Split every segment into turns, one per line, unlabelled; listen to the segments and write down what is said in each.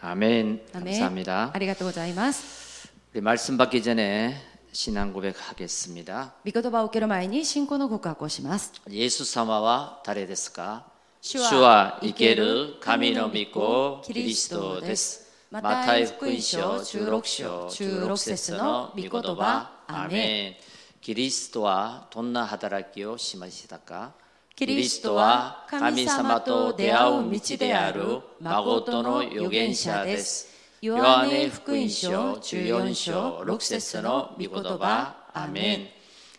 아멘.
아멘.
감사합니다.
ありがとうございます。
우리 말씀 받기 전에 신앙 고백하겠습니다.
御言葉を受ける前に信仰の告白をします。
예수 사마와 다레 데스까?
主は
主は
生ける
神の御子
キリスト
で
ですす
マ
マ
タ
タ
イ
イ
福
福
音
音
書
書
16
16
章
章
16節
16節
の
の
御
御
言
言
葉
葉
アー
アー
メ
メ
ンキリストはどんな働きをしましたか
キリストは神様と出会う道である誠の預言者です。ヨハネ福音書14章6節の御言葉アーメン。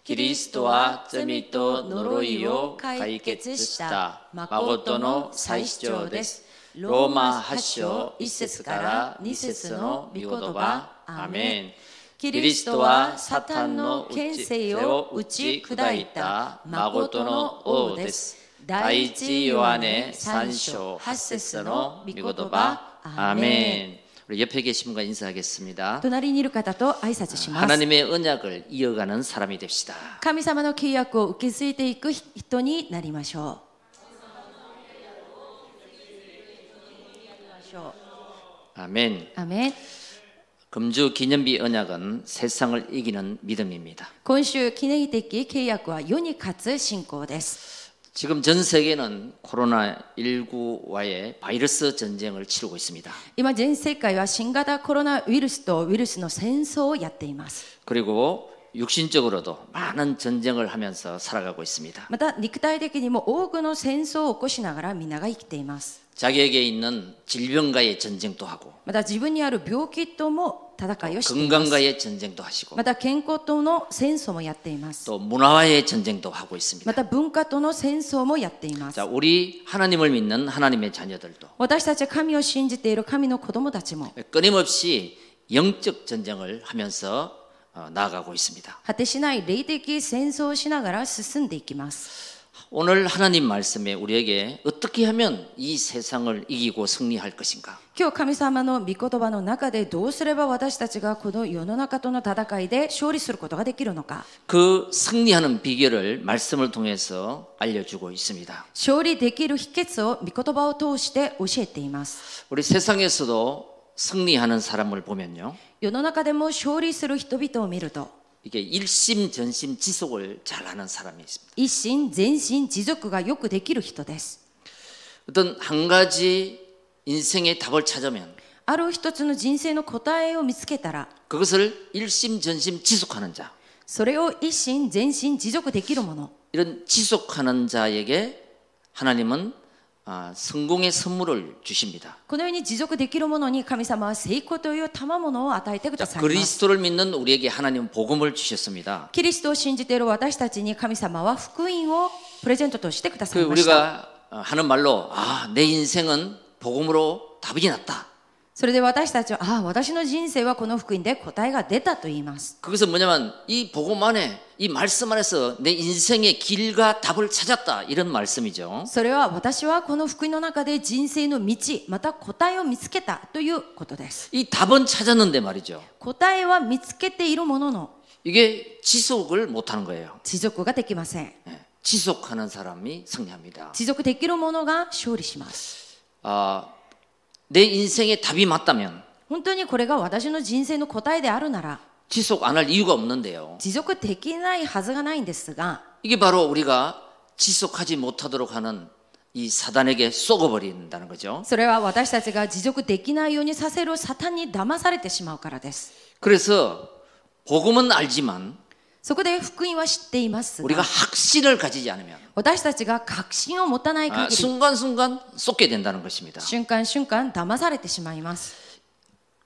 キリストは罪と呪いを解決した誠の最主張です。ローマ8章1節から2節の御言葉アーメン。キリストはサタンの権勢を打ち砕いた誠の王です。第一ヨハネ3章8節の御言葉アーメン
아멘. 우리 옆에 계신 분과 인사하겠습니다.
隣にいる方と挨拶します
하나님의 언약을 이어가는 사람이 됩시다.
神様の契約を受け継いでいく人になりましょう
아멘.
アメン
금주 기념비 언약은 세상을 이기는 믿음입니다.
今週記念碑的契約は世に勝つ信仰です
지금 전 세계는 코로나19와의 바이러스 전쟁을 치르고 있습니다.
今全世界は新型コロナウイルスとウイルスの戦争をやっています
그리고 육신적으로도 많은 전쟁을 하면서 살아가고 있습니다.
また肉体的にも多くの戦争を起こしながら皆が生きています
자기에게 있는 질병과의 전쟁도 하고
また自分にある病気とも戦いをしています
건강과의 전쟁도 하시고
また健康との戦争もやっています
또 문화와의 전쟁도 하고 있습니다.
また文化との戦争もやっています
자, 우리 하나님을 믿는 하나님의 자녀들도
私たち神を信じている神の子供たちも
끊임없이 영적 전쟁을 하면서 어, 나아가고 있습니다.
果てしない霊的戦争をしながら進んでいきます
오늘 하나님 말씀에 우리에게 어떻게 하면 이 세상을 이기고 승리할 것인가?
今日神様の御言葉の中でどうすれば私たちがこの世の中との戦いで勝利することができるのか
그 승리하는 비결을 말씀을 통해서 알려주고 있습니다.
勝利できる秘訣を御言葉を通して教えています
우리 세상에서도 승리하는 사람을 보면요.
世の中でも勝利する人々を見ると
이게 일심전심 지속을 잘하는 사람이 있습니다.
一心全身持続がよくできる人です
어떤 한 가지 인생의 답을 찾으면
ある一つの人生の答えを見つけたら
그것을 일심전심 지속하는 자.
それを一心全身持続できるもの
이런 지속하는 자에게 하나님은 아, 성공의 선물을 주십니다.
このように持続できるものに神様は成功という賜物を与えてくだ
자,
さいます
그리스도를 믿는 우리에게 하나님은 복음을 주셨습니다.
キリストを信じている私たちに神様は福音をプレゼントとしてくださ
그
いました。
우리가 어, 하는 말로 아, 내 인생은 복음으로 답이 났다.
それで私たちは、ああ、私の人生はこの福音で答えが出たと言います。
그것은 뭐냐면 이 복음 안에 이 말씀 안에서 내 인생의 길과 답을 찾았다 이런 말씀이죠.
それは私はこの福音の中で人生の道、また答えを見つけたということです。
이 답은 찾았는데 말이죠.
答えは見つけているものの
이게 지속을 못하는 거예요.
持続ができません。
예, 지속하는 사람이 승리합니다.
持続できるものが勝利します。
아, 내 인생의 답이 맞다면
本当にこれが私の人生の答えであるなら、
지속 안 할 이유가 없는데요.
持続できないはずがないんですが
이게 바로 우리가 지속하지 못하도록 하는 이 사단에게 쏘고버린다는 거죠.
それは私たちが持続できないようにさせるサタンに騙されてしまうからです
그래서 복음은 알지만
そこで福音は知っていますが
우리가 확신을 가지지 않으면
私たちが確信を持たない
아,
限り
순간순간 쏟게 된다는 것입니다.
瞬間瞬間騙されてしまいます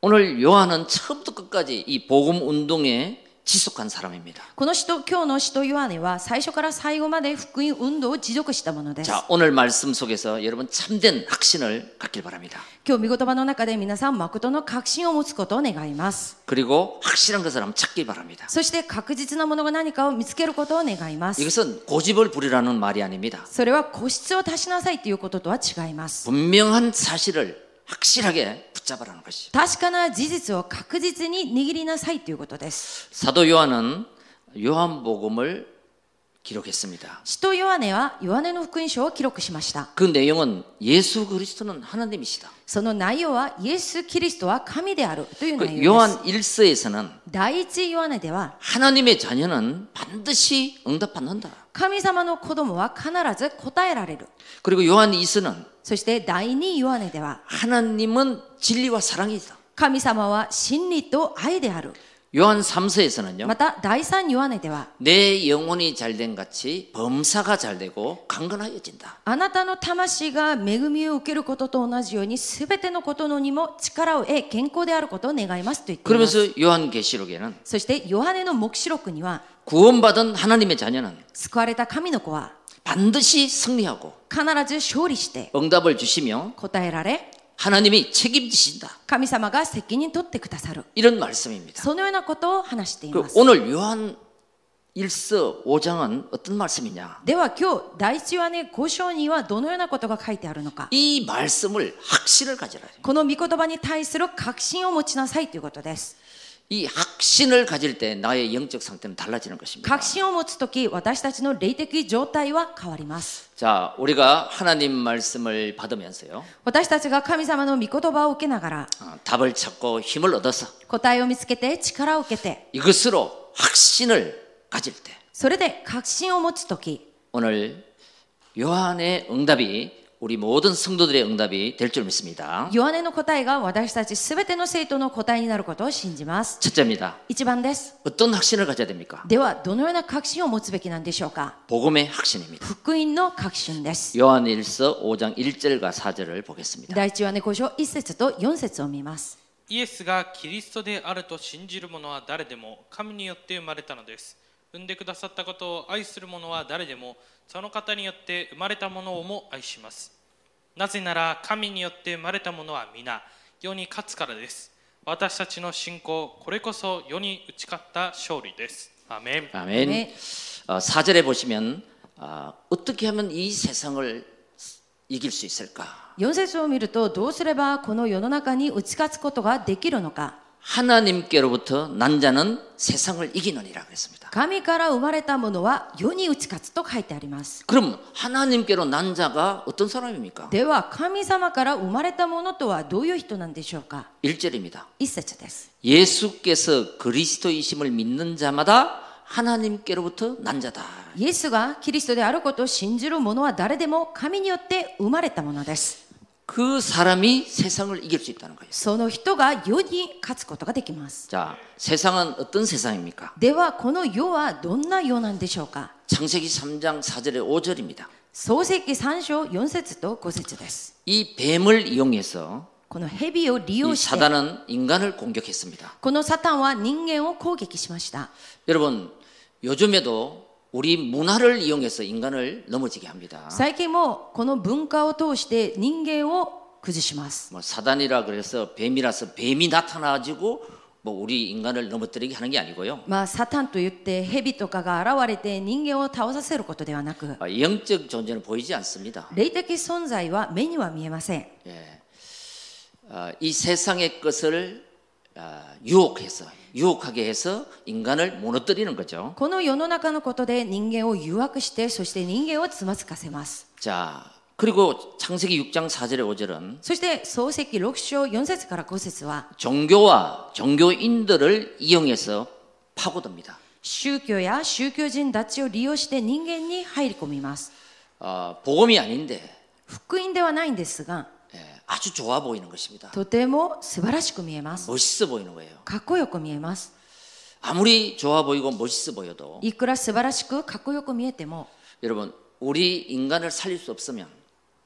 오늘 요한은 처음부터 끝까지 이 복음 운동에 지속한 사람입니다.
この人今日の使徒ヨハネは最初から最後まで福音運動を持続したものです
자, 오늘 말씀 속에서 여러분 참된 확신을 갖길 바랍니다.
今日御言葉の中で皆さん誠の確信を持つことを願います
그리고 확실한 것을 한번 찾길 바랍니다.
そして確実なものが何かを見つけることを願います
이것은 고집을 부리라는 말이 아닙니다.
それは個室を足しなさいということとは違います
분명한 사실을 확실하게 붙잡으라는 것이.
確かな事実を確実に握りなさいということです。
사도 요한은 요한복음을 기록했습니다.
使徒ヨハネはヨハネの福音書を記録しました。
그 내용은 예수 그리스도는 하나님이시다.
その内容はイエス・キリストは神であるという内
그
容です。
요한 1서에서는
第一ヨハネでは
하나님의 자녀는 반드시 응답받는다.
神様の子供は必ず答えられる。
그리고 요한 2서는
そして第二ヨハネでは
하나님은 진리와 사랑이다.
神様は真理と愛である。
요한 3서에서는요.
また第三ヨハネでは
내 영혼이 잘된 같이 범사가 잘되고 강건하여진다.
あなたの魂が恵みを受けることと同じように全てのことのにも力を得健康であることを願いますと言っています
그러면서 요한계시록에는
そしてヨハネの黙示録には
구원받은 하나님의 자녀는
救われた神の子は
반드시 승리하고
必ず勝利して
응답을 주시며
答えられ
하나님이 책임지신다.
神様が責任取ってくださる
이런 말씀입니다.
そのようなことを話してい
그
ます
오늘 요한 1서 5장은 어떤 말씀이냐?
では今日第一ヨハネ5章にはどのようなことが書いてあるのか
이 말씀을 확신을 가지라.
この御言葉に対する確信を持ちなさいということです
이 확신을 가질 때 나의 영적 상태는 달라지는 것입니다.
確信を持つとき私たちの霊的状態は変わります
자, 우리가 하나님 말씀을 받으면서요.
私たちが神様の御言葉を受けながら
어, 답을 찾고 힘을 얻어서
答えを見つけて力を受けて
이것으로 확신을 가질 때
それで確信を持つ時
오늘 요한의 응답이 우리 모든 성도들의 응답이 될 줄 믿습니다.
ヨハネの答えが私たち全ての生徒の答えになることを信じます
첫째입니다.
1番です
어떤 확신을 가져야 됩니까?
ではどのような確信を持つべきなんでしょうか
복음의 확신입니다.
福音の確信です
요한일서 5장 1절과 4절을 보겠습니다.
第一ヨハネ5章1節と4節を見ます
イエスがキリストであると信じる者は誰でも神によって生まれたのです。産んでくださったことを愛する者は誰でもその方によって生まれたものをも愛します。なぜなら神によって生まれた者は皆世に勝つからです。私たちの信仰、これこそ世に打ち勝った勝利です。アーメン。
아멘.
네.
어, 4절에 보시면 아, 어떻게 하면 이 세상을 이길 수 있을까?
4節を見るとどうすればこの世の中に打ち勝つことができるのか
하나님께로부터 난 자는 세상을 이기느니라 그랬습니다.
神から生まれたものは世に打ち勝つと書いてあります
그럼 하나님께로 난 자가 어떤 사람입니까?
では神様から生まれたものとはどういう人なんでしょうか
1절입니다.
一節です。
예수께서 그리스도이심을 믿는 자마다 하나님께로부터 난 자다.
イエスがキリストであることを信じる者は誰でも神によって生まれたものです。
그 사람이 세상을 이길 수 있다는 거예요.
その人が世に勝つことができます。
자, 세상은 어떤 세상입니까?
ではこの世はどんな世なんでしょうか
창세기 3장 4절에 5절입니다.
創世記3章4節と5節です。
이 뱀을 이용해서
この蛇を利
이
用して、
사단은 인간을 공격했습니다.
このサタンは人間を攻撃しました。
여러분, 요즘에도 우리 문화를 이용해서 인간을 넘어지게 합니다.
最近もこの文化を通して人間を崩します。
뭐 사단이라 그래서 뱀이라서 뱀이 나타나지고 뭐 우리 인간을 넘어뜨리게 하는 게 아니고요.
まあ、サタンと言って蛇とかが現れて人間を倒させることではなく
아, 영적 존재는 보이지 않습니다.
霊的存在は目には見えません
예. 아, 이 세상의 것을 아, 유혹해서 유혹하게 해서 인간을 무너뜨리는 거죠.
この世の中のことで人間を誘惑してそして人間をつまずかせます
자, 그리고 창세기 6장 4절의 5절은
そして漱石6章4節から5節は
종교와 종교인들을 이용해서 파고듭니다.
宗教や宗教人たちを利用して人間に入り込みます
아, 복음이 아닌데
福音ではないんですが
예, 아주 좋아 보이는 것입니다.
とても素晴らしく見えます
멋있어 보이는 거예요.
かっこよく見えます
아무리 좋아 보이고 멋있어 보여도
いくら素晴らしくかっこよく見えても
여러분 우리 인간을 살릴 수 없으면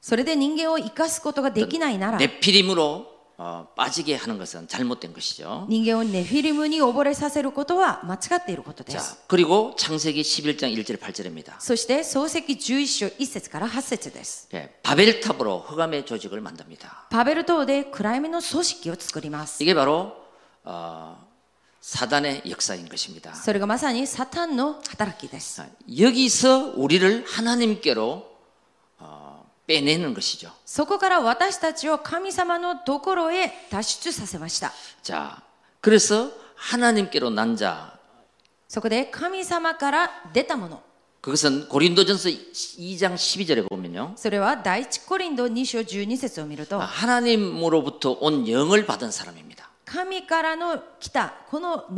それで人間を生かすことができないなら
내피림으로 어, 빠지게 하는 것은 잘못된 것이죠.
人間をネフィリムに溺れさせることは間違っていることで
자
す。
그리고 창세기 11장 1절 8절입니다.
そして漱石11章1節から8節です。
예, 바벨탑으로 흑암의 조직을 만듭니다.
パベル島で暗闇の組織を作ります。
이게 바로 어, 사단의 역사인 것입니다.
それがまさにサタンの働きです。
자, 여기서 우리를 하나님께로 어, 빼내는 것이죠.
そこから私たちを神様のところへ脱出させました。
자 그래서 하나님께로 난자
そこで神様から出たもの、
그것은 고린도전서 2장 12절에 보면요.
それは第一コリンド2章12節を見る
아,
と
하나님으로부터 온 영을 받은 사람입니다.
神からの来たこの御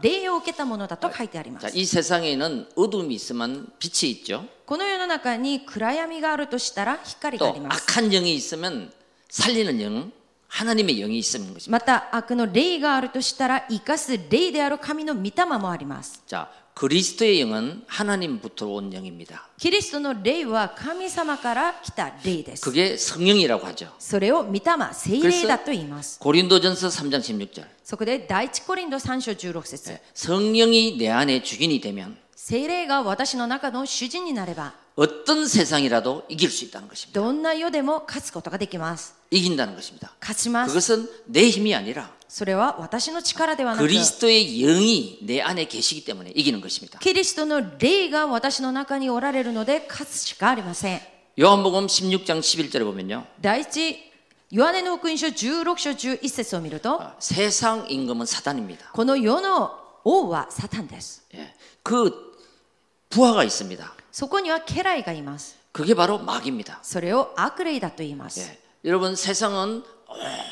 霊霊を受けたものだと書いてありま
자,
す
이 세상에는 어둠이 있으면 빛이 있죠.
この世の中に暗闇があるとしたら光があ
또
ります
악한 영이 있으면 살리는 영, 하나님의 영이 있는 것입니다.
また悪の霊があるとしたら生かす霊である神の御霊もあります
자, 그리스도의 영은 하나님부터 온 영입니다.
キリストの霊は神様から来た霊です
그게 성령이라고 하죠.
それを御霊聖霊だと言います
고린도전서 3장 16절.
そこで第一コリンド3章16節
예, 성령이 내 안에 주인이 되면
聖霊が私の中の主人になれば
어떤 세상이라도 이길 수 있다는 것입니다.
どんな世でも勝つことができます
이긴다는 것입니다.
勝ちます
그것은 내 힘이 아니라
それは私の力ではなく
그리스도의 영이 내 안에 계시기 때문에 이기는 것입니다.
キリストの霊が私の中におられるので勝つしかありません
요한복음 16장 11절에 보면요.
第一ヨハネの福音書16章11節を見ると
아, 세상 임금은 사단입니다.
この世の王はサタンです
예. 그 부하가 있습니다.
そこには家来がいます
그게 바로 마귀입니다.
それを悪霊だと言います
예. 여러분 세상은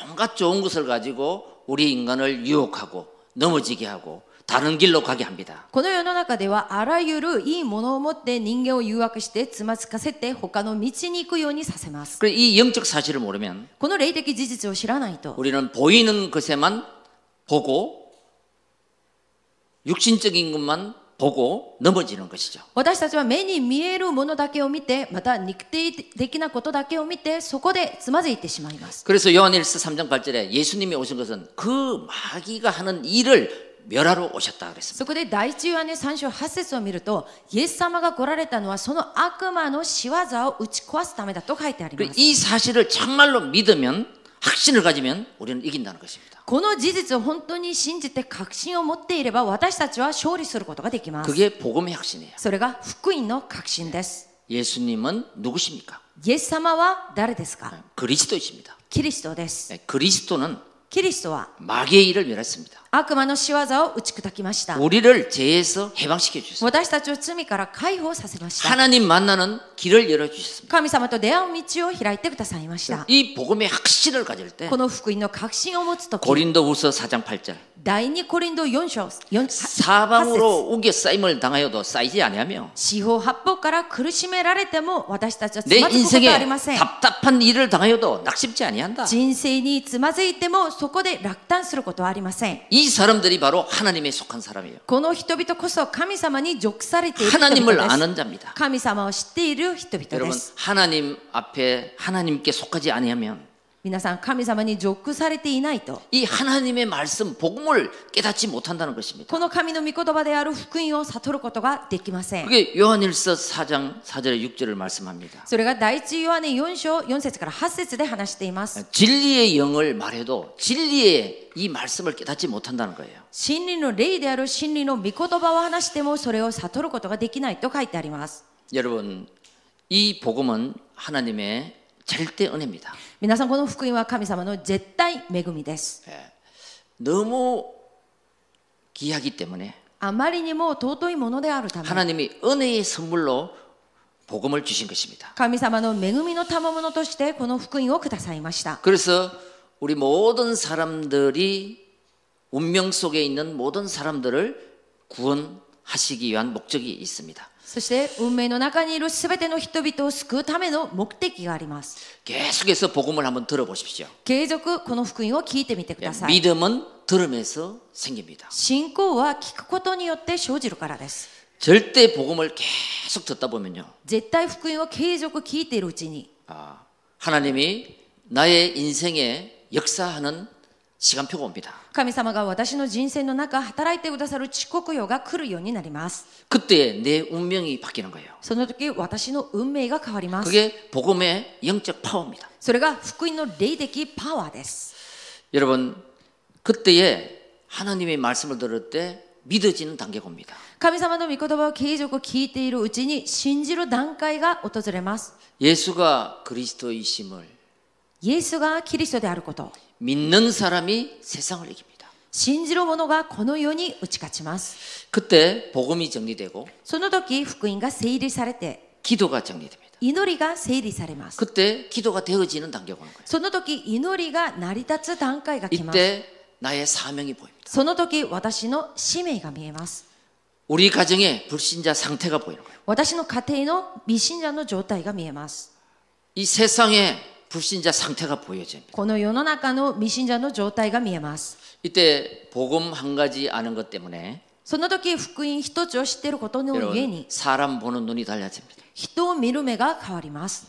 온갖 좋은 것을 가지고 우리 인간을 유혹하고 넘어지게 하고 다른 길로 가게 합니다.
この世の中ではあらゆるいいものを持って人間を誘惑してつまずかせて他の道に行くようにさせます。
그래서 이 영적 사실을 모르면
この霊的事実を知らないと
우리는 보이는 것에만 보고 육신적인 것만 보고 넘어지는 것이죠.
私たちは目に見えるものだけを見てまた肉体的なことだけを見てそこでつまずいてしまいます。
그래서 요한일서 3장 8절에 예수님이 오신 것은 그 마귀가 하는 일을 멸하러 오셨다 그랬습니다.
そこで第一ヨハネ3章8節を見るとイエス様が来られたのはその悪魔の仕業を打ち壊すためだと書いてありま
그
す。
이 사실을 정말로 믿으면 확신을 가지면 우리는 이긴다는 것입니다.
この事実を本当に信じて確信を持っていれば私たちは勝利することができます。
그게 복음의 확신이에요.
それが福音の確信です。
예수님은 누구십니까?
イエス様は誰ですか
그리스도이십니다.
キリストです。
예, 그리스도는
キリストは
마귀의 일을 멸했습니다.
悪魔の仕業を打ち砕きました。
우리를 죄에서 해방시켜 주셨습니다.
私たちを罪から解放させました。
하나님 만나는 길을 열어 주셨습니다.
神様と出会う道を開いてくださいました。
이 복음의 확신을 가질 때
この福音の確信を持つとき、
고린도후서 4장 8절
第2コリンド4章、4
사방으로 우겨 쌓임을 당하여도 쌓이지 아니하며
四方八方から苦しめられても私たちはつ
내
まずくことはあり
인생에
ません。
답답한 일을 당하여도 낙심치 아니한다.
人生につまずいてもそこで落胆することはありません。
이 사람들이 바로 하나님에 속한 사람이에요.
この人々こそ神様に属されている人々
하나님을
です。
아는 자입니다.
神様を知っている人々で
여러분
す。
하나님 앞에 하나님께 속하지 아니하면
皆さん神様に属されていないと
이 하나님의 말씀 복음을 깨닫지 못한다는 것입니다.
この神の御言葉である福音を悟ることができません
그게 요한일서 4장 4절에 6절을 말씀합니다.
それが第一ヨハネ4章4節から8節で話しています
진리의 영을 말해도 진리의 이 말씀을 깨닫지 못한다는 거예요.
真理の霊である真理の御言葉を話してもそれを悟ることができないと書いてあります
여러분 이 복음은 하나님의 절대 은혜입니다.
皆さんこの福音は神様の絶対恵みです
너무 귀하기 때문에
あまりにも尊いものであるため
하나님이 은혜의 선물로 복음을 주신 것입니다.
神様の恵みの賜物としてこの福音をくださいました
그래서 우리 모든 사람들이 운명 속에 있는 모든 사람들을 구원하시기 위한 목적이 있습니다.
そして運命の中にいる全ての人々を救うための目的があります
계속해서 복음을 한번 들어보십시오.
継続この福音を聞いてみてく
예,
ださい
믿음은 들음에서 생깁니다.
信仰は聞くことによって生じるからです
절대 복음을 계속 듣다 보면요.
絶対福音を継続聞いているうちに
아, 하나님이 나의 인생에 역사하는 시간표가 옵니다.
神様が私の人生の中働いてくださる遅刻よが来るようになります
그때 내 운명이 바뀌는 거예요.
その時私の運命が変わります
그게 복음의 영적 파워입니다.
それが福音の霊的パワーです
여러분 그때에 하나님의 말씀을 들을 때 믿어지는 단계가 옵니다.
神様の御言葉を継続聞いているうちに信じる段階が訪れます
예수가 그리스도이심을
イエスがキリストであること
믿는 사람이 세상을 이깁니다.
信じる者がこの世に打ち勝ちます。
그때 복음이 정리되고
その時、福音が整理されて、
기도가 정리됩니다.
祈りが整理されます。
그때 기도가 되어지는 단계가 오는 거예요.
その時、祈りが成り立つ段階が来ます。
이때 나의 사명이 보입니다.
その時、私の使命が見えます。
우리 가정의 불신자 상태가 보이는 거예요.
私の家庭の未信者の状態が見えます。
이 세상의 불신자 상태가 보여집니다.
この世の中の未信者の状態が見えます。
이때 복음 한 가지 아는 것 때문에
その時、福音一つを知っていることのゆえ
여러분
に、
사람 보는 눈이 달라집니다.
人を見る目が変わります。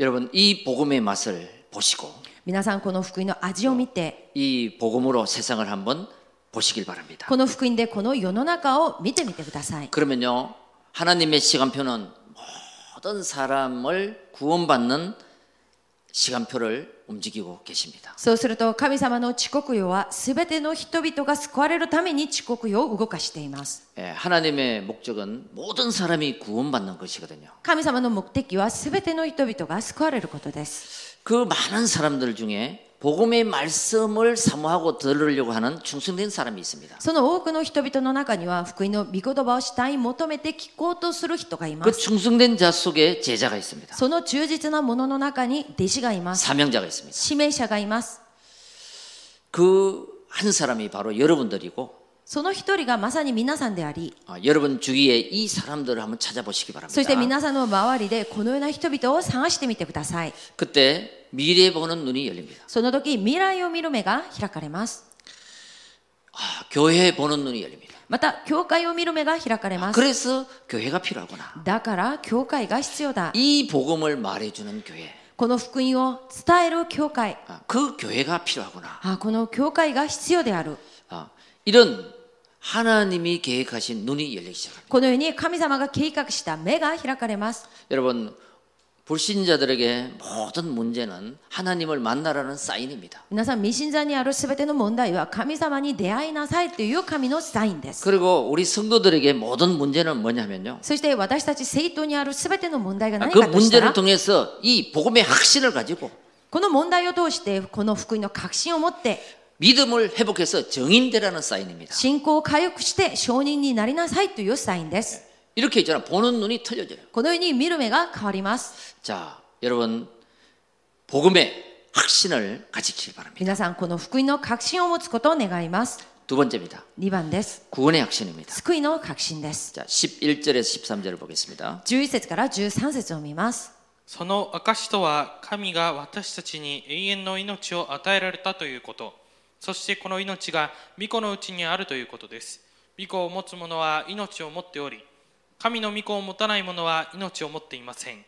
여러분 이 복음의 맛을 보시고
皆さん、この福音の味を見て、
이 복음으로 세상을 한번 보시길 바랍니다.
この福音でこの世の中を見てみてください。
그러면요 하나님의 시간표는 모든 사람을 구원받는 시간표를 움직이고 계십니다.
そうすると神様の遅刻よは全ての人々が救われるために遅刻よを動かしています。
예, 하나님의 목적은 모든 사람이 구원받는 것이거든요.
神様の目的は全ての人々が救われることです。
그 많은 사람들 중에 복음의 말씀을 사모하고 들으려고 하는 충성된 사람이 있습니다. 그
その多くの人々の中には福音の御言葉を主体に求めて聞こうとする人がいま
그
す。
충성된 자 속에 제자가 있습니다.
その忠実な者の中に弟子がいます。
사명자가 있습니다.
指名者がいます。
그 한 사람이 바로 여러분들이고
その一人がまさに皆さんであり、
아, 여러분 주위에 이 사람들을 한번 찾아보시기
そして
바랍니다.
皆さんの周りでこのような人々を探してみてください。
그때 미래 보는 눈이 열립니다.
その時未来を見る目が開かれます。
아, 교회 보는 눈이 열립니다.
また教会を見る目が開かれます。
그래서 교회가 필요하구나.
だから教会が必要だ。
이 복음을 말해주는 교회,
この福音を伝える教会。
아, 그 교회가 필요하구나.
あ、この教会が必要である。
아, 이런 하나님이 계획하신 눈이 열리기 시작합니다.
このように神様が計画した目が開かれます。
여러분 불신자들에게 모든 문제는 하나님을 만나라는 사인입니다.
皆さん、未信者にあるすべての問題は神様に出会いなさいという神のサインです。
그리고 우리 성도들에게 모든 문제는 뭐냐면요.
そして私たち聖徒にあるすべての問題が
아,
何
그
かとしたら
문제를 、 통해서 이 복음의 확신을 가지고
この問題を通して、この福音の確信を持って、
믿음을 회복해서 정인되라는 사인입니다.
信仰を回復して承認になりなさいというサインです。
이렇게 있잖아 보는 눈이 틀려져요.
このように見る目が変わります。
자, 여러분 복음의 확신을 가지시길 바랍니다.
皆さん、この福音の確信を持つことを願います。
두 번째입니다.
2番です。
구원의 확신입니다.
救いの確信です。
자, 11절에서 13절을 보겠습니다.
11節から13節を見ます。
その証とは神が私たちに永遠の命を与えられたということそしてこの命が御子のうちにあるということです御子を持つ者は命を持っており神の御子を持たない者は命を持っていません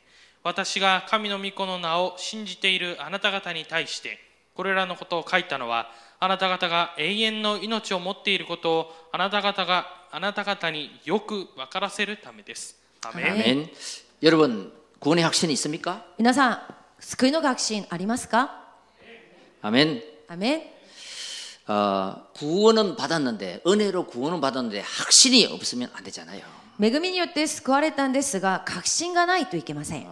私が神の御子の名を信じているあなた方に対してこれらのことを書いたのはあなた方が永遠の命を持っていることをあなた方があなた方によく分からせるためですアメン
아멘. 여러분 구원의 확신이 있습니까?
皆さん、救いの確信ありますか
아멘.
アメン
어, 구원은 받았는데 은혜로 구원은 받았는데 확신이 없으면 안 되잖아요.
恵みによって救われたんですが、確信がないといけません。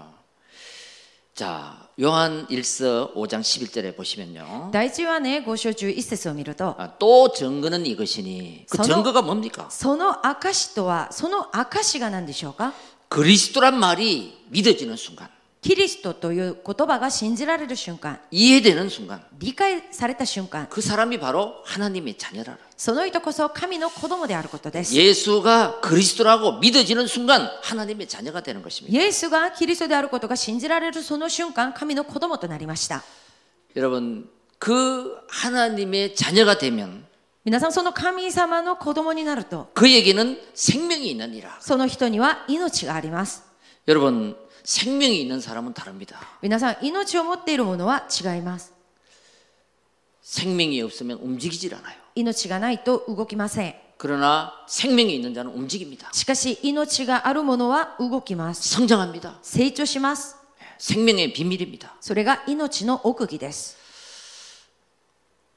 자, 요한 1서 5장 11절에 보시면요.
第一話ね、5章11節を見ると、
아, 또 증거는 이것이니 그
선호-
증거가 뭡니까?
その証とは、その証が何でしょうか
그리스도란 말이 믿어지는 순간,
キリストという言葉が信じられる瞬間、
이해되는 순간,
理解された瞬間、
그 사람이 바로 하나님의 자녀라.
その人こそ神の子供であることです。
예수가 그리스도라고 믿어지는 순간 하나님의 자녀가 되는 것입니다.
イエスがキリストであることが信じられるその瞬間、神の子供となりました。
여러분, 그 하나님의 자녀가 되면
皆さん、その神様の子供になると、
그에게는 생명이 있느니라.
その人には命があります。
여러분 생명이 있는 사람은 다릅니다.
皆さん、命を持っているものは違います。
생명이 없으면 움직이질 않아요.
命がないと動きません。
그러나 생명이 있는 자는 움직입니다.
しかし、命があるものは動きます。
성장합니다.
成長します。
생명의 비밀입니다.
それが命の奥義です。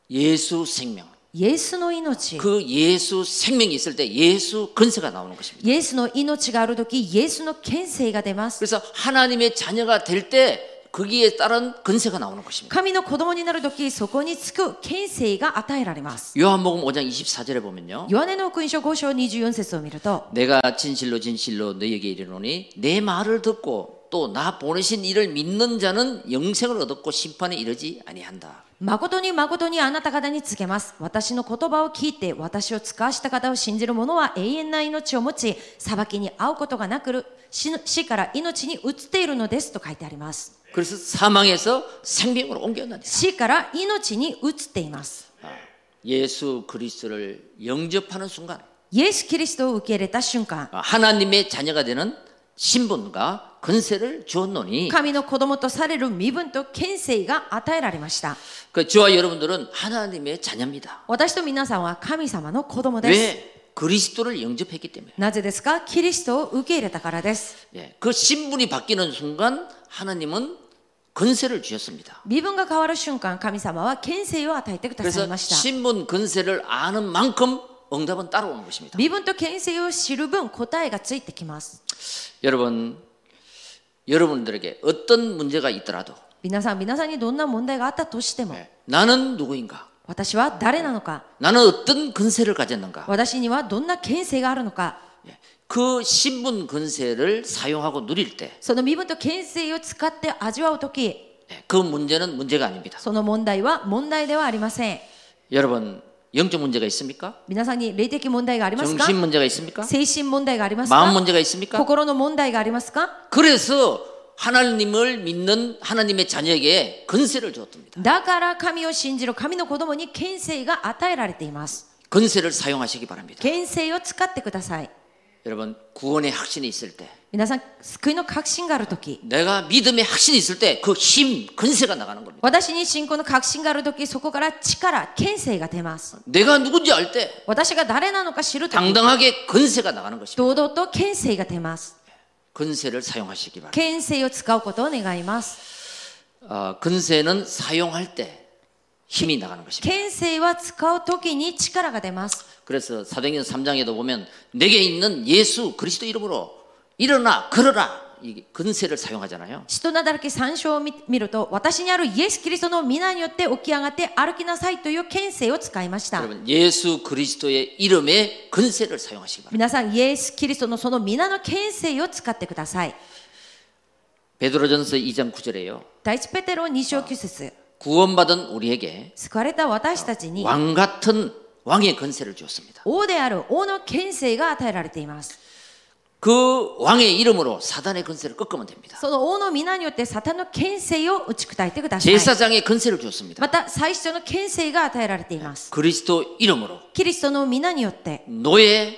예수 생명.
イエスの命。
그 예수 생명이 있을 때 예수 근세가 나오는 것입니다.
イエスの命があるとき、イエスの権勢が出ます。
그래서 하나님의 자녀가 될 때 거기에 따른 근세가 나오는 것입니다.
神の子供になる時そこにつく権勢が与えられます。
요한복음 5장 24절에 보면요.
ヨハネの福音書5章24節を見ると
내가 진실로 진실로 너희에게 이르노니 내 말을 듣고 또 나 보내신 이를 믿는 자는 영생을 얻었고 심판에 이르지 아니한다.
誠に誠にあなた方に告げます。私の言葉を聞いて私を使わした方を信じる者は永遠な命を持ち、裁きに遭うことがなくる死の死から命に移っているのですと書いてあります。
그래서 사망에서 생명으로 옮겼느니라.
死から命に移っています。
아, 예수 그리스도를 영접하는 순간
イエス・キリストを受け入れた瞬間、
아, 하나님의 자녀가 되는 신분과 근세를 주었노니
神の子供とされる身分と権勢が与えられました。
그 저와 여러분들은 하나님의 자녀입니다.
私と皆さんは神様の子供です。
왜 그리스도를 영접했기 때문에
なぜですかキリストを受け入れたからです。
예, 그 신분이 바뀌는 순간 하나님은 근세를 주셨습니다.
身分が変わる瞬間、神様は権勢を与えてください
그래서
ました。
신분 근세를 아는 만큼 응답은 따라오는 것입니다.
身分と権勢を知る分答えがついてきます。
여러분 여러분들에게 어떤 문제가 있더라도
皆さん、皆さんにどんな問題があったとしても、
예, 나는 누구인가?
私は誰なのか、
나는 어떤 근세를 가졌는가?
私にはどんな権勢があるのか、
예, 그 신분 근세를 사용하고 누릴 때 그
その身分と権勢を使って味わうとき、
예, 그 문제는 문제가 아닙니다.
その問題は問題ではありません。
여러분 영적 문제가 있습니까?
皆さんに霊的問題がありますか
정신 문제가 있습니까?
精神問題があります
마음
か
문제가 있습니까?
心の問題がありますか
그래서 하나님을 믿는 하나님의 자녀에게 근세를 주었답니다.
だから神を信じる神の子供に権勢が与えられています。
근세를 사용하시기 바랍니다.
権勢を使ってください。
여러분 구원의 확신이 있을 때
皆さん、救いの確信があるとき、
내가 믿음의 확신이 있을 때 그 힘 근세가 나가는 겁니다.
私に信仰の確信があるとき、そこから力、権勢が出ます。
내가 누군지 알 때
私が誰なのか知るとき、
당당하게 근세가 나가는 것입니다.
堂々と権勢が出ます。
근세를 사용하시기 바랍니다.
権勢を使うことを願います。
어, 근세는 사용할 때 힘이 나가는 것입니다.
権勢は使うときに力が出ます。
그래서 사도행전 3장에도 보면 내게 있는 예수 그리스도 이름으로 일어나 걸어라 이 근세를 사용하잖아요.
使徒なだらけ3章を見見ると、私にあるイエス・キリストの皆によって起き上がって歩きなさいという権勢を使いました。
여러분 예수 그리스도의 이름에 근세를 사용하시기 바랍니다.
皆さん、イエス・キリストのその皆の権勢を使ってください。
베드로전서 2장 9절에요.
第一ペテロ2章9節
구원받은 우리에게
救われた私たちに
왕 같은 왕의 근세를 주었습니다.
王である王の権勢が与えられています。
그 왕의 이름으로 사단의 근세를 꺾으면 됩니다.
その王の皆によってサタンの権勢を打ち砕いてください。
제사장의 근세를 주었습니다.
また、最初の権勢が与えられています。
그리스도 이름으로
キリストの皆によって、
노예에서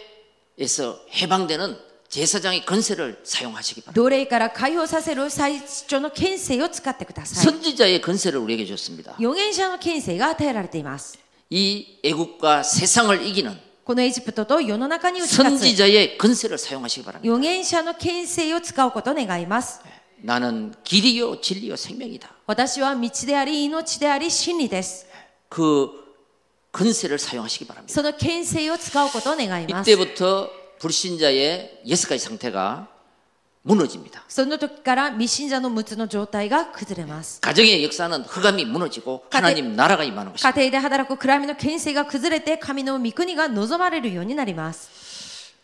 해방되는 제사장의 근세를 사용하시기 바랍니다.
奴隷から解放させる最初の権勢を使ってください。
선지자의 근세를 우리에게 줬습니다.
預言者の権勢が与えられています。
이 애국과 세상을 이기는
このエジプトと世の中に打ち勝つ
선지자의 근세를 사용하시기 바랍니다.
預言者の権勢を使うことを願います。
나는 길이요 진리요 생명이다.
私は道であり、命であり、真理です。
그 근세를 사용하시기 바랍니다.
その権勢を使うことを願います。
이때부터 불신자의 여섯 가지 상태가 무너집니다.
その時から未信者の6つの状態が崩れます。
가정의 역사는 흑암이 무너지고 하나님 나라가 임하는 것입니다.
家庭で働く暗闇の権勢が崩れて神の御国が望まれるようになります。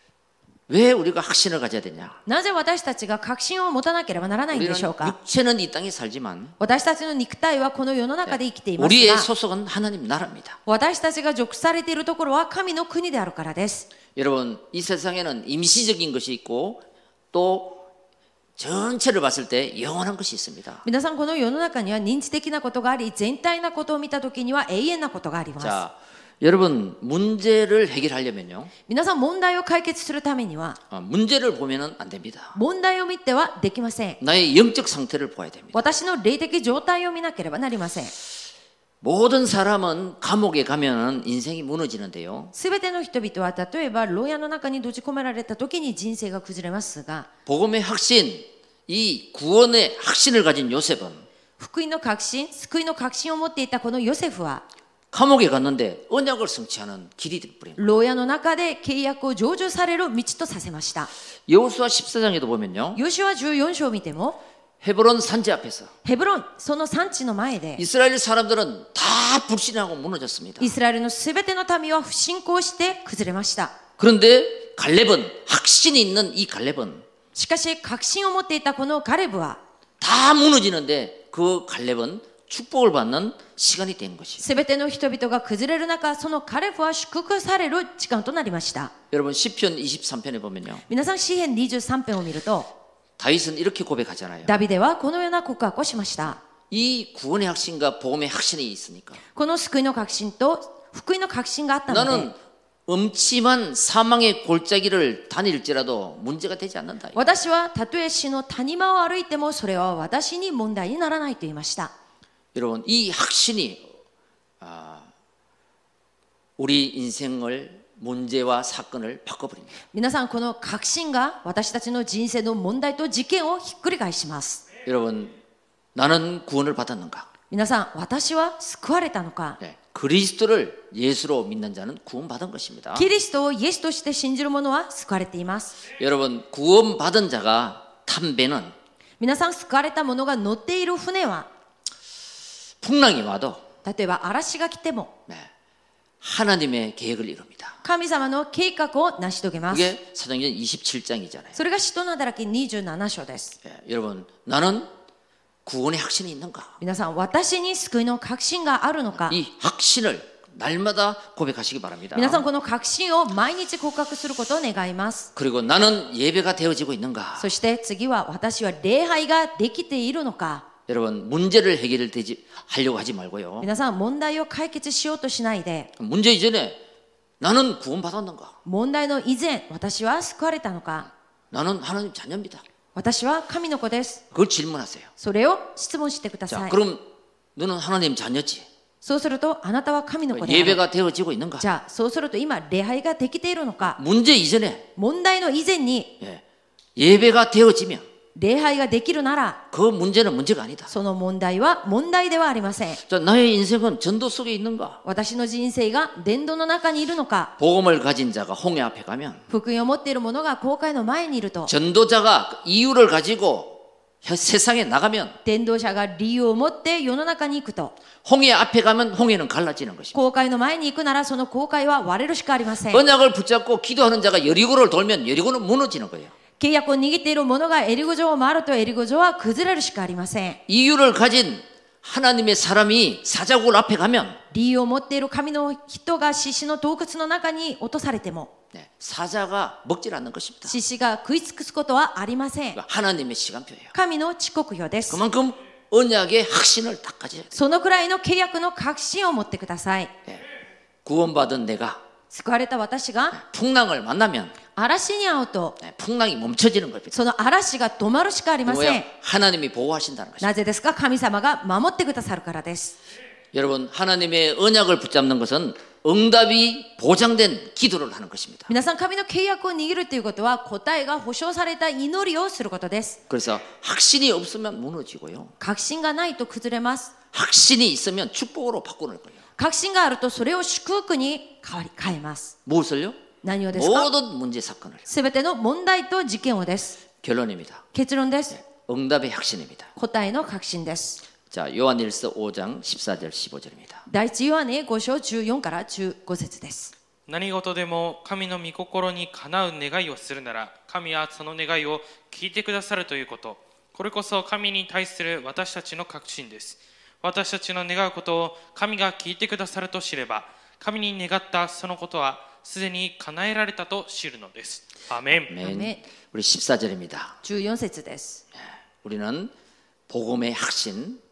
왜 우리가 확신을 가져야 되냐?
なぜ私たちが確信を持たなければならないん
우리는
でしょうか
육체는 이 땅에 살지만
私たちの肉体はこの世の中で生きています
우리의
が
소속은 하나님 나라입니다.
私たちが属されているところは神の国であるからです。
여러분 이 세상에는 임시적인 것이 있고 또 전체를 봤을 때 영원한 것이 있습니다.
皆さんこの世の中には認知的なことがあり全体なことを見た時には永遠なことがあります。
자 여러분 문제를 해결하려면요
皆さん問題を解決するためには
어, 문제를 보면은 안 됩니다.
問題を見てはできません。
나의 영적 상태를 보아야 됩니다.
私の霊的状態を見なければなりません。
모든 사람은 감옥에 가면은 인생이 무너지는데요.
すべての人々は例えば牢屋の中に閉じ込められた時に人生が崩れますが
복음의 확신, 이 구원의 확신을 가진 요셉은
福音の確信救いの確信を持っていたこのヨセフは
감옥에 갔는데 언약을 성취하는 길이 될 뿐입니다.
牢屋の中で契約を成就される道とさせました
여호수아 14장에도 보면요.
ヨシュア14章を見ても
헤브론 산지 앞에서
ヘブロン、その産地の前で、
이스라엘 사람들은 다 불신하고 무너졌습니다.
イスラエルのすべての民は不信仰して崩れました。
그런데 갈렙은 확신이 있는 이 갈렙은
しかし、確信を持っていたこのガレブは、
다 무너지는데 그 갈렙은 축복을 받는 시간이 된 것이.
すべての人々が崩れる中、そのガレブは祝福される時間となりました。
여러분 시편 23편에 보면요.
皆さん、詩編23編を見ると、
다윗은 이렇게 고백하잖아요.
ダビデはこのような告白をしました。
이 구원의 확신과 복음의 확신이 있으니까
この救いの確信と福音の確信があったので
나는 、 음침한 사망의 골짜기를 다닐지라도 문제가 되지 않는다.
私はたとえ死の谷間を歩いてもそれは私に問題にならないと言いました。
여러분 이 확신이 아, 우리 인생을 문제와 사건을 바꿔버립니다.
皆さん、この確信が私たちの人生の問題と事件をひっくり返します。
여러분 나는 구원을 받았는가?
皆さん、私は救われたのか
네, 그리스도를 예수로 믿는 자는 구원받은 것입니다.
キリストをイエスとして信じる者は救われています。
여러분 구원받은 자가 탄 배는
皆さん、救われた者が乗っている船は、
풍랑이 와도
例えば嵐が来ても
네, 하나님의 계획을 이룹니다.
神様の計画を成し遂げます。
그게 사도행전 27장이잖아요. 네,
それが使徒の働き27章です。
여러분 나는 구원의 확신이 있는가?
皆さん、私に救いの確信があるのか
이 확신을 날마다 고백하시기 바랍니다.
皆さん、この確信を毎日告白することを願います。
그리고 나는 예배가 되어지고 있는가?
そして次は私は礼拝ができているのか
여러분 문제를 해결되지 하려고 하지 말고요.
皆さん問題を解決しようとしないで
문제 이전에 나는 구원받았는가?
問題の以前私は救われたのか
나는 하나님 자녀입니다.
私は神の子です
그걸 질문하세요.
それを質問してくださ
자,
い
그럼 너는 하나님 자녀지?
そうするとあなたは神の子である
예배가 되어지고 있는가?
じゃあそうすると今礼拝ができているのか
문제 이전에
問題の以前に
예, 예배가 되어지면
礼拝ができるなら
그 문제는 문제가 아니다.
その問題は問題ではありません
자, 나의 인생은 전도 속에 있는가?
私の人生が伝道の中にいるのか
복음을 가진 자가 홍해 앞에 가면
福音を持っている者が公開の前にいると
전도자가 그 이유를 가지고 혀- 세상에 나가면
伝道者が理由を持って世の中に行くと
홍해 앞에 가면 홍해는 갈라지는 것입니다.
公開の前に行くならその公開は割れるしかありません
언약을 붙잡고 기도하는 자가 여리고를 돌면 여리고는 무너지는 거예요.
契約を握っている者がエリゴ城を回るとエリゴ城は崩れるしかありません
이유를 가진 하나님의 사람이 사자굴 앞에 가면
理由を持っている神の人が獅子の洞窟の中に落とされても
네, 사자가 먹질 않는 것입니다.
獅子が食い尽くすことはありません
그러니까 하나님의 시간표예요.
神の遅刻よです
그만큼 언약의 확신을 딱 가져야 돼요.
そのくらいの契約の確信を持ってください
네. 구원받은 내가
救われた私が
풍랑을 만나면
嵐に遭うと
네, 풍랑이 멈춰지는 겁니다.
その嵐が止まるしかありません
뭐야? 하나님이 보호하신다는 것이죠.
なぜですか神様が守ってくださるからです
여러분 하나님의 언약을 붙잡는 것은 응답이 보장된 기도를 하는 것입니다.
皆さん、神の契約を握るということは、答えが保証された祈りをすることです。
그래서 확신이 없으면 무너지고요.
確信がないと崩れます。
확신이 있으면 축복으로 바꾸는 거예요.
確信があると、それを祝福に変わり、変えます。
무엇을요?
何をですか
모든 문제 사건을
すべての問題と事件をです。
결론입니다.
結論です。
응답의 확신입니다.
答えの確信です。
자, 요한일서 5장 14절 15절입니다.
第一ヨハネ5章14から15節です。
何事でも神の御心にかなう願いをするなら神はその願いを聞いてくださるということこれこそ神に対する私たちの確信です私たちの願うことを神が聞いてくださると知れば神に願ったそのことはすでに叶えられたと知るのですアーメン
아멘.
아멘.
우리 14절입니다.
14節です。
우리는 복음의 확신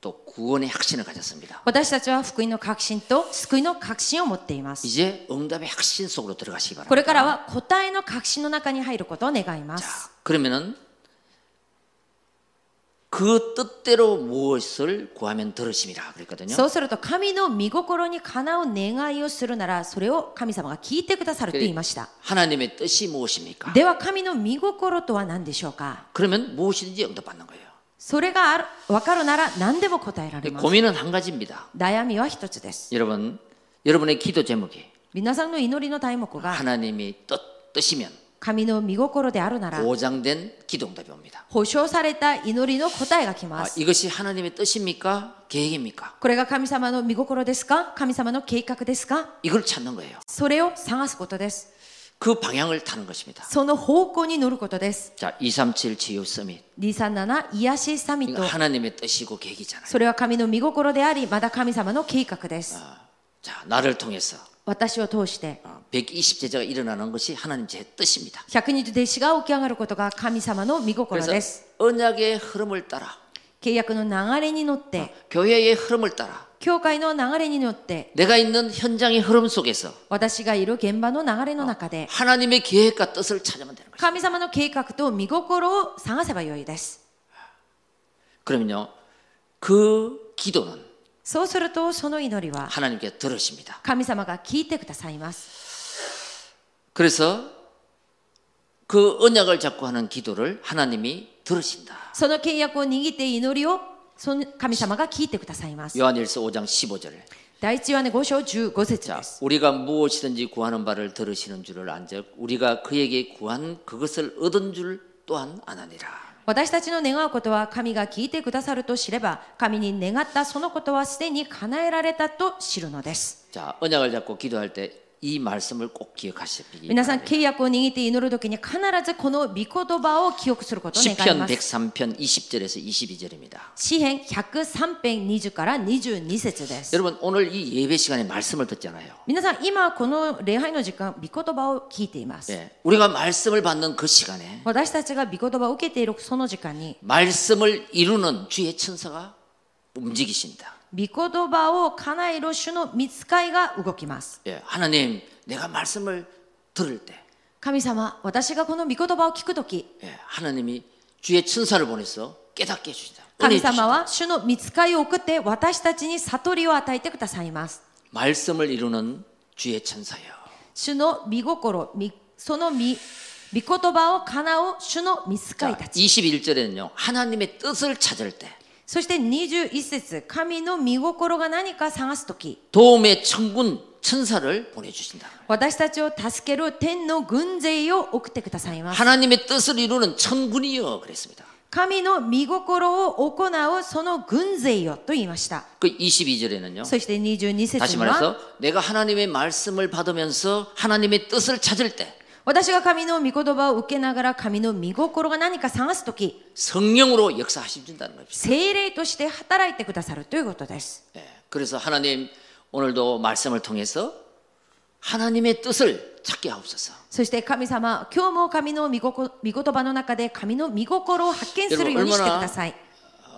또 구원의 확신을 가졌습니다.
私たちは福音の確信と救いの確信を持っています。
이제 응답의 확신 속으로 들어가시기
こ
바랍니다.
れからは答えの確信の中に入ることを願います。
그러면은 그 뜻대로 무엇을 구하면 들으심이라 그랬거든요.
そうすると神の御心にかなう願いをするならそれを神様が聞いてくださると言いました。
하나님의 뜻이 무엇입니까?
では神の御心とは何でしょうか
그러면 무엇인지 응답받는 거예요.
それがある分かるなら何でも答えられ
근데
ます。
고민은 한 가지입니다.
悩みは一つです。
여러분, 여러분의 기도 제목이
皆さんの祈りの題目が
하나님이 뜻 뜻이면
神の御心であるなら
보장된 기도응답이 옵니다.
保証された祈りの答えが来ま
아,
す
이것이 하나님의 뜻입니까? 계획입니까?
これが神様の御心ですか神様の計画ですか
이걸 찾는 거예요.
それを探すことです
그 방향을 타는 것입니다.
その方向に乗ることです
자, 237 치유 서밋.
237癒しサミッ
이거
ト
하나님의 뜻이고 계획이잖아요.
それは神の御心でありまだ神様の計画です
아, 자, 나를 통해서 어,
私を通して
120제자가 일어나는 것이 하나님 제 뜻입니다.
100人弟子が起き上がることが神様の御心
그래서
です
언약의 흐름을 따라
契約の流れに乗って、
교회의 흐름을 따라
教会の流れに乗って、
내가 있는 현장의 흐름 속에서
私がいる現場の流れの中で、
하나님의 계획과 뜻을 찾으면 되는 거예요.
神様の計画と見心を探せばよいです。
그러면요. 그 기도는
そうすると、その祈りは、
하나님께 들으십니다.
神様が聞いてくださいます。
그래서 그 언약을 잡고 하는 기도를 하나님이 들으신다.
その契約を握って祈りを、その神様が聞いてくださいます。
요한일서 5장 15절.
第一ヨハネ5章15節です。
우리가 무엇이든지 구하는 바를 들으시는 줄을 안즉 우리가 그에게 구한 그것을 얻은 줄 또한 아나니라.
私たちの願うことは神が聞いてくださると知れば、神に願ったそのことはすでに叶えられたと知るのです。
자, 언약을 잡고 기도할 때 이 말씀을 꼭 기억하시기
皆さん
바랍니다.
契約を握って祈るときに必ずこの御言葉を記憶することを願い
10편
ます。
103편 20절에서 22절입니다.
詩編103編20から22節です。
여러분 오늘 이 예배 시간에 말씀을 듣잖아요.
皆さん今この礼拝の時間、御言葉を聞いています。
예, 우리가 말씀을 받는 그 시간에
私たちが御言葉を受けているその時間に、
말씀을 이루는 주의 천사가 움직이신다.
御言葉を叶える主の見つかいが動きます。
예, 하나님, 내가 말씀을 들을 때
神様、私がこの御言葉を聞くとき、
예, 하나님이 주의 천사를 보내서 깨닫게 해주신다. 은혜
神
주신다.
様は主の見つかいを送って私たちに悟りを与えてくださいます。
말씀을 이루는 주의 천사여.
主の御心、みその御、御言葉を叶う主の見つか
자,
いたち。
21절에는요. 하나님의 뜻을 찾을 때
そして21節、神の御心が何か探すとき、
도움의 천군 천사를 보내주신다.
私たちを助ける天の軍勢を送ってくださいます。
하나님의 뜻을 이루는 천군이여 그랬습니다.
神の御心を行うその軍勢よと言いました。
그 22절에는요.
そして22節
다시
には、
말해서 내가 하나님의 말씀을 받으면서 하나님의 뜻을 찾을 때
私が神の御言葉を受けながら神の御心が何か探すとき、
성령으로 역사하신다는 겁니다.
精霊として働いてくださるということです。
예, 그래서 하나님 오늘도 말씀을 통해서 하나님의 뜻을 찾게 하옵소서.
そして神様、今日も神の御心御言葉の中で神の御心を発見するようにしてください。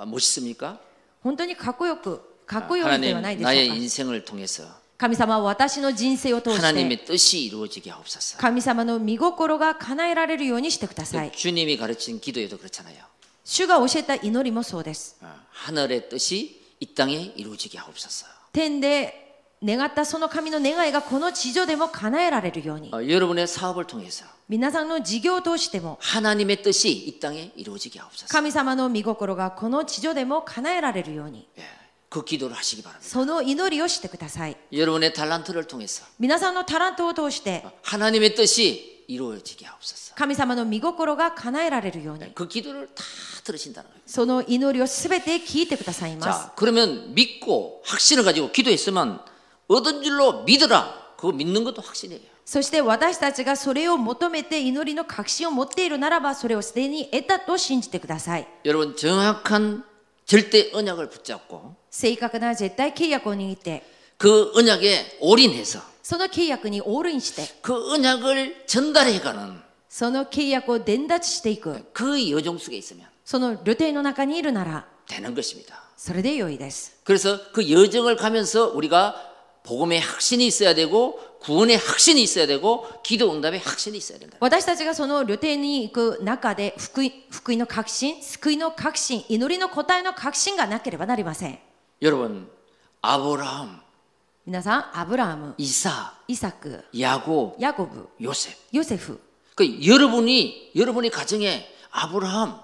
아, 멋있습니까?
本当にかっこよく、かっ
아,
こよいではない
하나님
でしょうか
나의 。 인생을 통해서
神様は私の人生を通して、
하나님의 뜻이 이루어지게 하옵소서.
神様の御心が叶えられるようにしてください。
주님이 가르친 기도에도 그렇잖아요.
主が教えた祈りもそうです。
아, 하늘의 뜻이 이 땅에 이루어지게 하옵소서.
天で願ったその神の願いがこの地上でも叶えられるように、
어, 여러분의 사업을 통해서
皆さんの事業を通しても、
하나님의 뜻이 이 땅에 이루어지게 하옵소서.
神様の御心がこの地上でも叶えられるように、
예, 그 기도를 하시기 바랍니다.
その祈りをしてください。
여러분의 달란트를 통해서
皆さんのタラントを通して、
하나님의 뜻이 이루어지게 하옵소서.
神様の御心が叶えられるように、
그 기도를 다 들으신다는 거예요.
その祈りをすべて聞いてくださいます。
자, 그러면 믿고 확신을 가지고 기도했으면 얻은 줄로 믿으라. 그거 믿는 것도 확신이에요.
そして私たちがそれを求めて祈りの確信を持っているならばそれをすでに得たと信じてください
여러분 정확한 절대 언약을 붙잡고
正確な絶対契約を握って
그 언약에 올인해서
その契約にオールインして
그 언약을 전달해가는
その契約を伝達していく
그 여정 속에 있으면
その旅程の中にいるなら
되는 것입니다.
それで良いです
그래서 그 여정을 가면서 우리가 복음의 확신이 있어야 되고 구원의 확신이 있어야 되고 기도 응답의 확신이 있어야 된다.
私たちがその旅程に行く中で福音福音の確信救いの確信祈りの答えの確信がなければなりません
여러분 아브라함,
皆さんアブラハム
이삭,
イサク
야곱,
ヤコブ
요셉.
ヨセフ
그 여러분이 여러분의 가정에 아브라함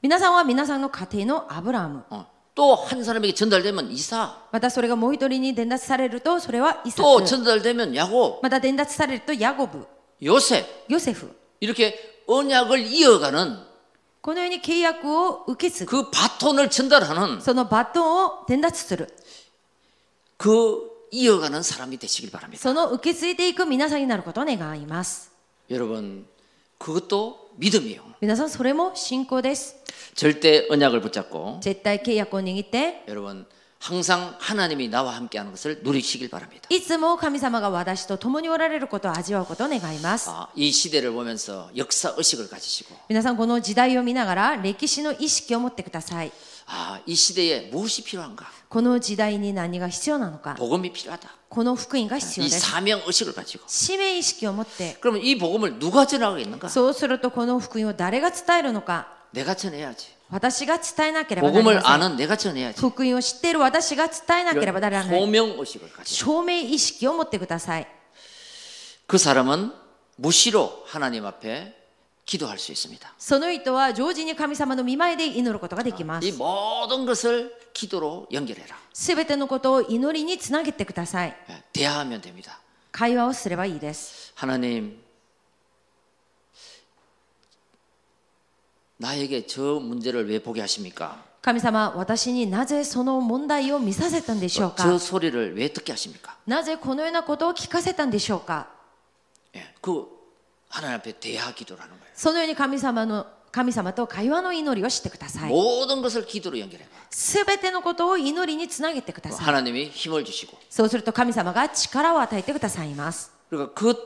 皆さんは皆さんの家庭のアブラハム
어, 또 한 사람에게 전달되면 이삭,
またそれがもう一人に伝達されるとそれはイサ
또
ク
전달되면 야곱,
また伝達されるとヤゴブ
요셉.
ヨセフ
이렇게 언약을 이어가는
このように契約を受け継ぐ、
그 바톤을 전달하는
そのバトンを伝達する、
그 이어가는 사람이 되시길 바랍니다.
その受け継いでいく皆さんになることを願います。
여러분 그것도 믿음이에요.
皆さん、それも信仰です。
절대 언약을 붙잡고
絶対契約を握って、
여러분 항상 하나님이 나와 함께하는 것을 누리시길 바랍니다.
いつも神様が私と共におられることを味わうことを願います。
아, 이 시대를 보면서 역사 의식을 가지시고
皆さん、この時代を見ながら歴史の意識を持ってください。
아, 이 시대에 무엇이 필요한가?
この時代に何が必要なのか、
복음이 필요하다.
この福音が必要
이
です。
사명 의식을 가지고
使命意識を持って、
그러면 이 복음을 누가 전하겠는가?
そうするとこの福音を誰が伝えるのか、
내가 전해야지.
私が伝えなければなりま
복음을
せん。
아는 내가 전해야지.
福音を知っている私が伝えなければなら
이런
ない。
소명 의식을 가지고
証明意識を持ってください。
그 사람은 무시로 하나님 앞에 기도할 수 있습니다.
その人は常時に神様の見前で祈ることができま
이
す。
모든 것을 기도로 연결해라.
すべてのことを祈りにつなげてください。
예, 대화하면 됩니다.
会話をすればいいです。
하나님, 나에게 저 문제를 왜 보게 하십니까?
神様、私になぜその問題を見させたんでしょう
저
か
소리를 왜 듣게 하십니까?
なぜこのようなことを聞かせたんでしょうか
예, 그 하나님 앞에 대화 기도라는 거예요.
そのように神様の神様と会話の祈りをしてください。
모든 것을 기도로 연결해봐.
すべてのことを祈りにつなげてください。
하나님이 힘을 주시고.
そうすると神様が力を与えてくださいます。
그러니까 그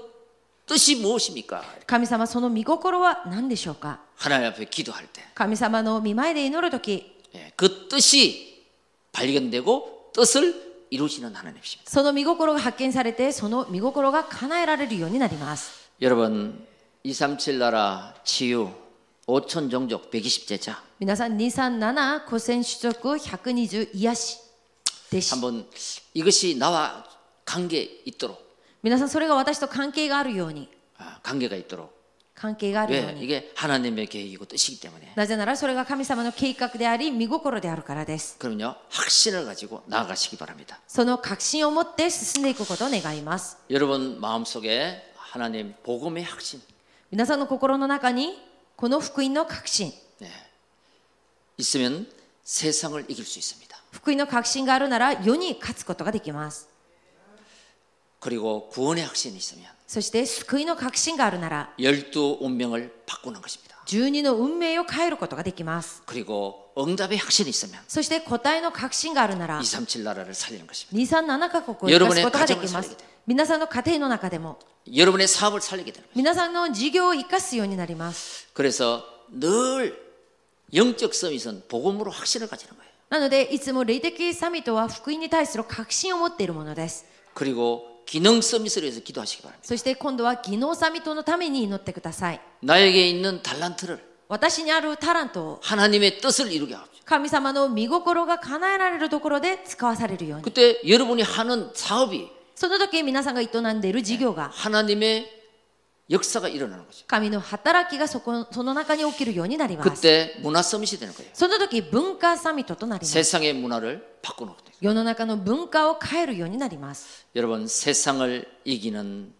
뜻이 무엇입니까?
神様、その見心は何でしょうか
하나님 앞에 기도할 때.
神様の見前で祈るとき、
예, 그 뜻이 발견되고 뜻을 이루시는 하나님이십니다.
その見心が発見されて、その見心が叶えられるようになります。
여러분 237 나라 치유 5천 종족 120제자
皆さん、237、古戦種族120癒しです。
한번 이것이 나와 관계 있도록
皆さん、それが私と関係があるように、
아, 관계가 있도록
関係があるよう
왜
に。
이게 하나님의 계획이고 뜻이기 때문에
なぜなら、それが神様の計画であり、見心であるからです。
그럼요 확신을 가지고 나아가시기 바랍니다
その確信を持って進んでいくことを願います。
여러분 마음속에 하나님 복음의 확신
皆さんの心の中に、この福音の確信、
있으면 세상을 이길 수 있습니다
福音の確信があるなら世に勝つことができます。
그리고 구원의 확신이 있으면
そして救いの確信があるなら
열두 운명을 바꾸는 것입니다
12の運命を変えることができます。
그리고 응답의 확신이 있으면
そして答えの確信があるなら
237 나라를 살리는 것입니다
237カ国を生かすことがで
여러분의가정을
きま
살리게
す
돼요 。
皆さんの家庭の中でも
여러분의 사업을 살리게 됩니다
皆さんの事業を生かすようになります。
그래서 늘 영적 서밋은 복음으로 확신을 가지는 거예요.
なのでいつも霊的サミットは福音に対する確信を持っているものです。
그리고 기능 서밋을 위해서 기도하시기 바랍니다.
そして今度は技能サミットのために祈ってください。
나에게 있는 달란트를
私にあるタラントを
하나님의 뜻을 이루게 하십시오.
神様の見心が叶えられるところで使わされるように。
그때 여러분이 하는 사업이
その時皆さんが営んでいる事業が
하나님의 역사가 일어나는 거죠.
神の働きがそこその中に起きるようになります。
그때 문화 서밋이 되는 거예요.
その時文化サミットとなります。
세상의 문화를 바꾸는 거예요.
世の中の文化を変えるようになります。
여러분 세상을 이기는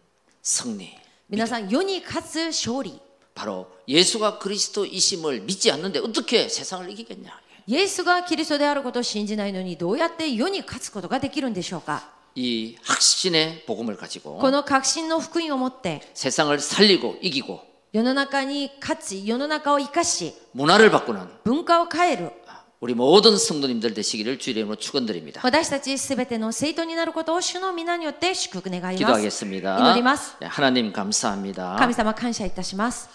승리
皆さん、世に勝つ勝利。
바로 예수가 그리스도이심을 믿지 않는데 어떻게 세상을 이기겠냐?
イエスがキリストであることを信じないのにどうやって世に勝つことができるんでしょうか
이 확신의 복음을 가지고
この確信の福音を持って
세상을 살리고 이기고
世の中に勝ち、世の中を生かし、
문화를 바꾸는
文化を変える。
우리 모든 성도님들 되시기를 주의 이름으로 축원드립니다.
私たちすべての生徒になることを主の皆によって祝福願います。
기도하겠습니다.
이노리마스.
예, 하나님 감사합니다.
神様感謝いたします。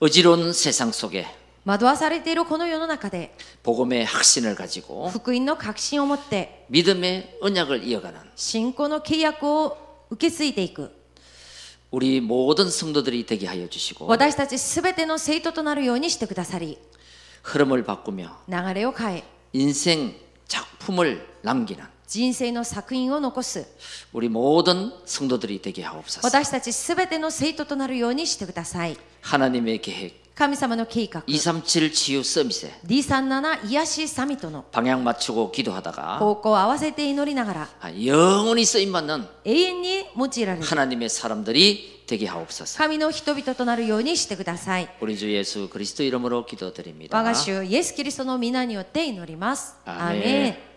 어지러운 세상 속에
惑わされているこの世の中で
복음의 확신을 가지고
福音の確信を持って
믿음의 언약을 이어가는
信仰の契約を受け継いでいく
우리 모든 성도들이 되게 하여 주시고
私たちすべての生徒となるようにしてくださり
흐름을 바꾸며
流れを変え
인생 작품을 남기는
人生の作品を残す
우리 모든 성도들이 되게 하옵소서.
私たちすべての生徒となるようにしてください
하나님의 계획
神様の計画
237 치유 서밋에
237癒しサミットの
방향 맞추고 기도하다가
方向を合わせて祈りながら
아, 영원히 쓰임받는
永遠に用いられる
하나님의 사람들이 되게 하옵소서.
神の人々となるようにしてください
우리 주 예수 그리스도 이름으로 기도드립니다.
我が主イエス・キリストの皆によって祈りますアーメン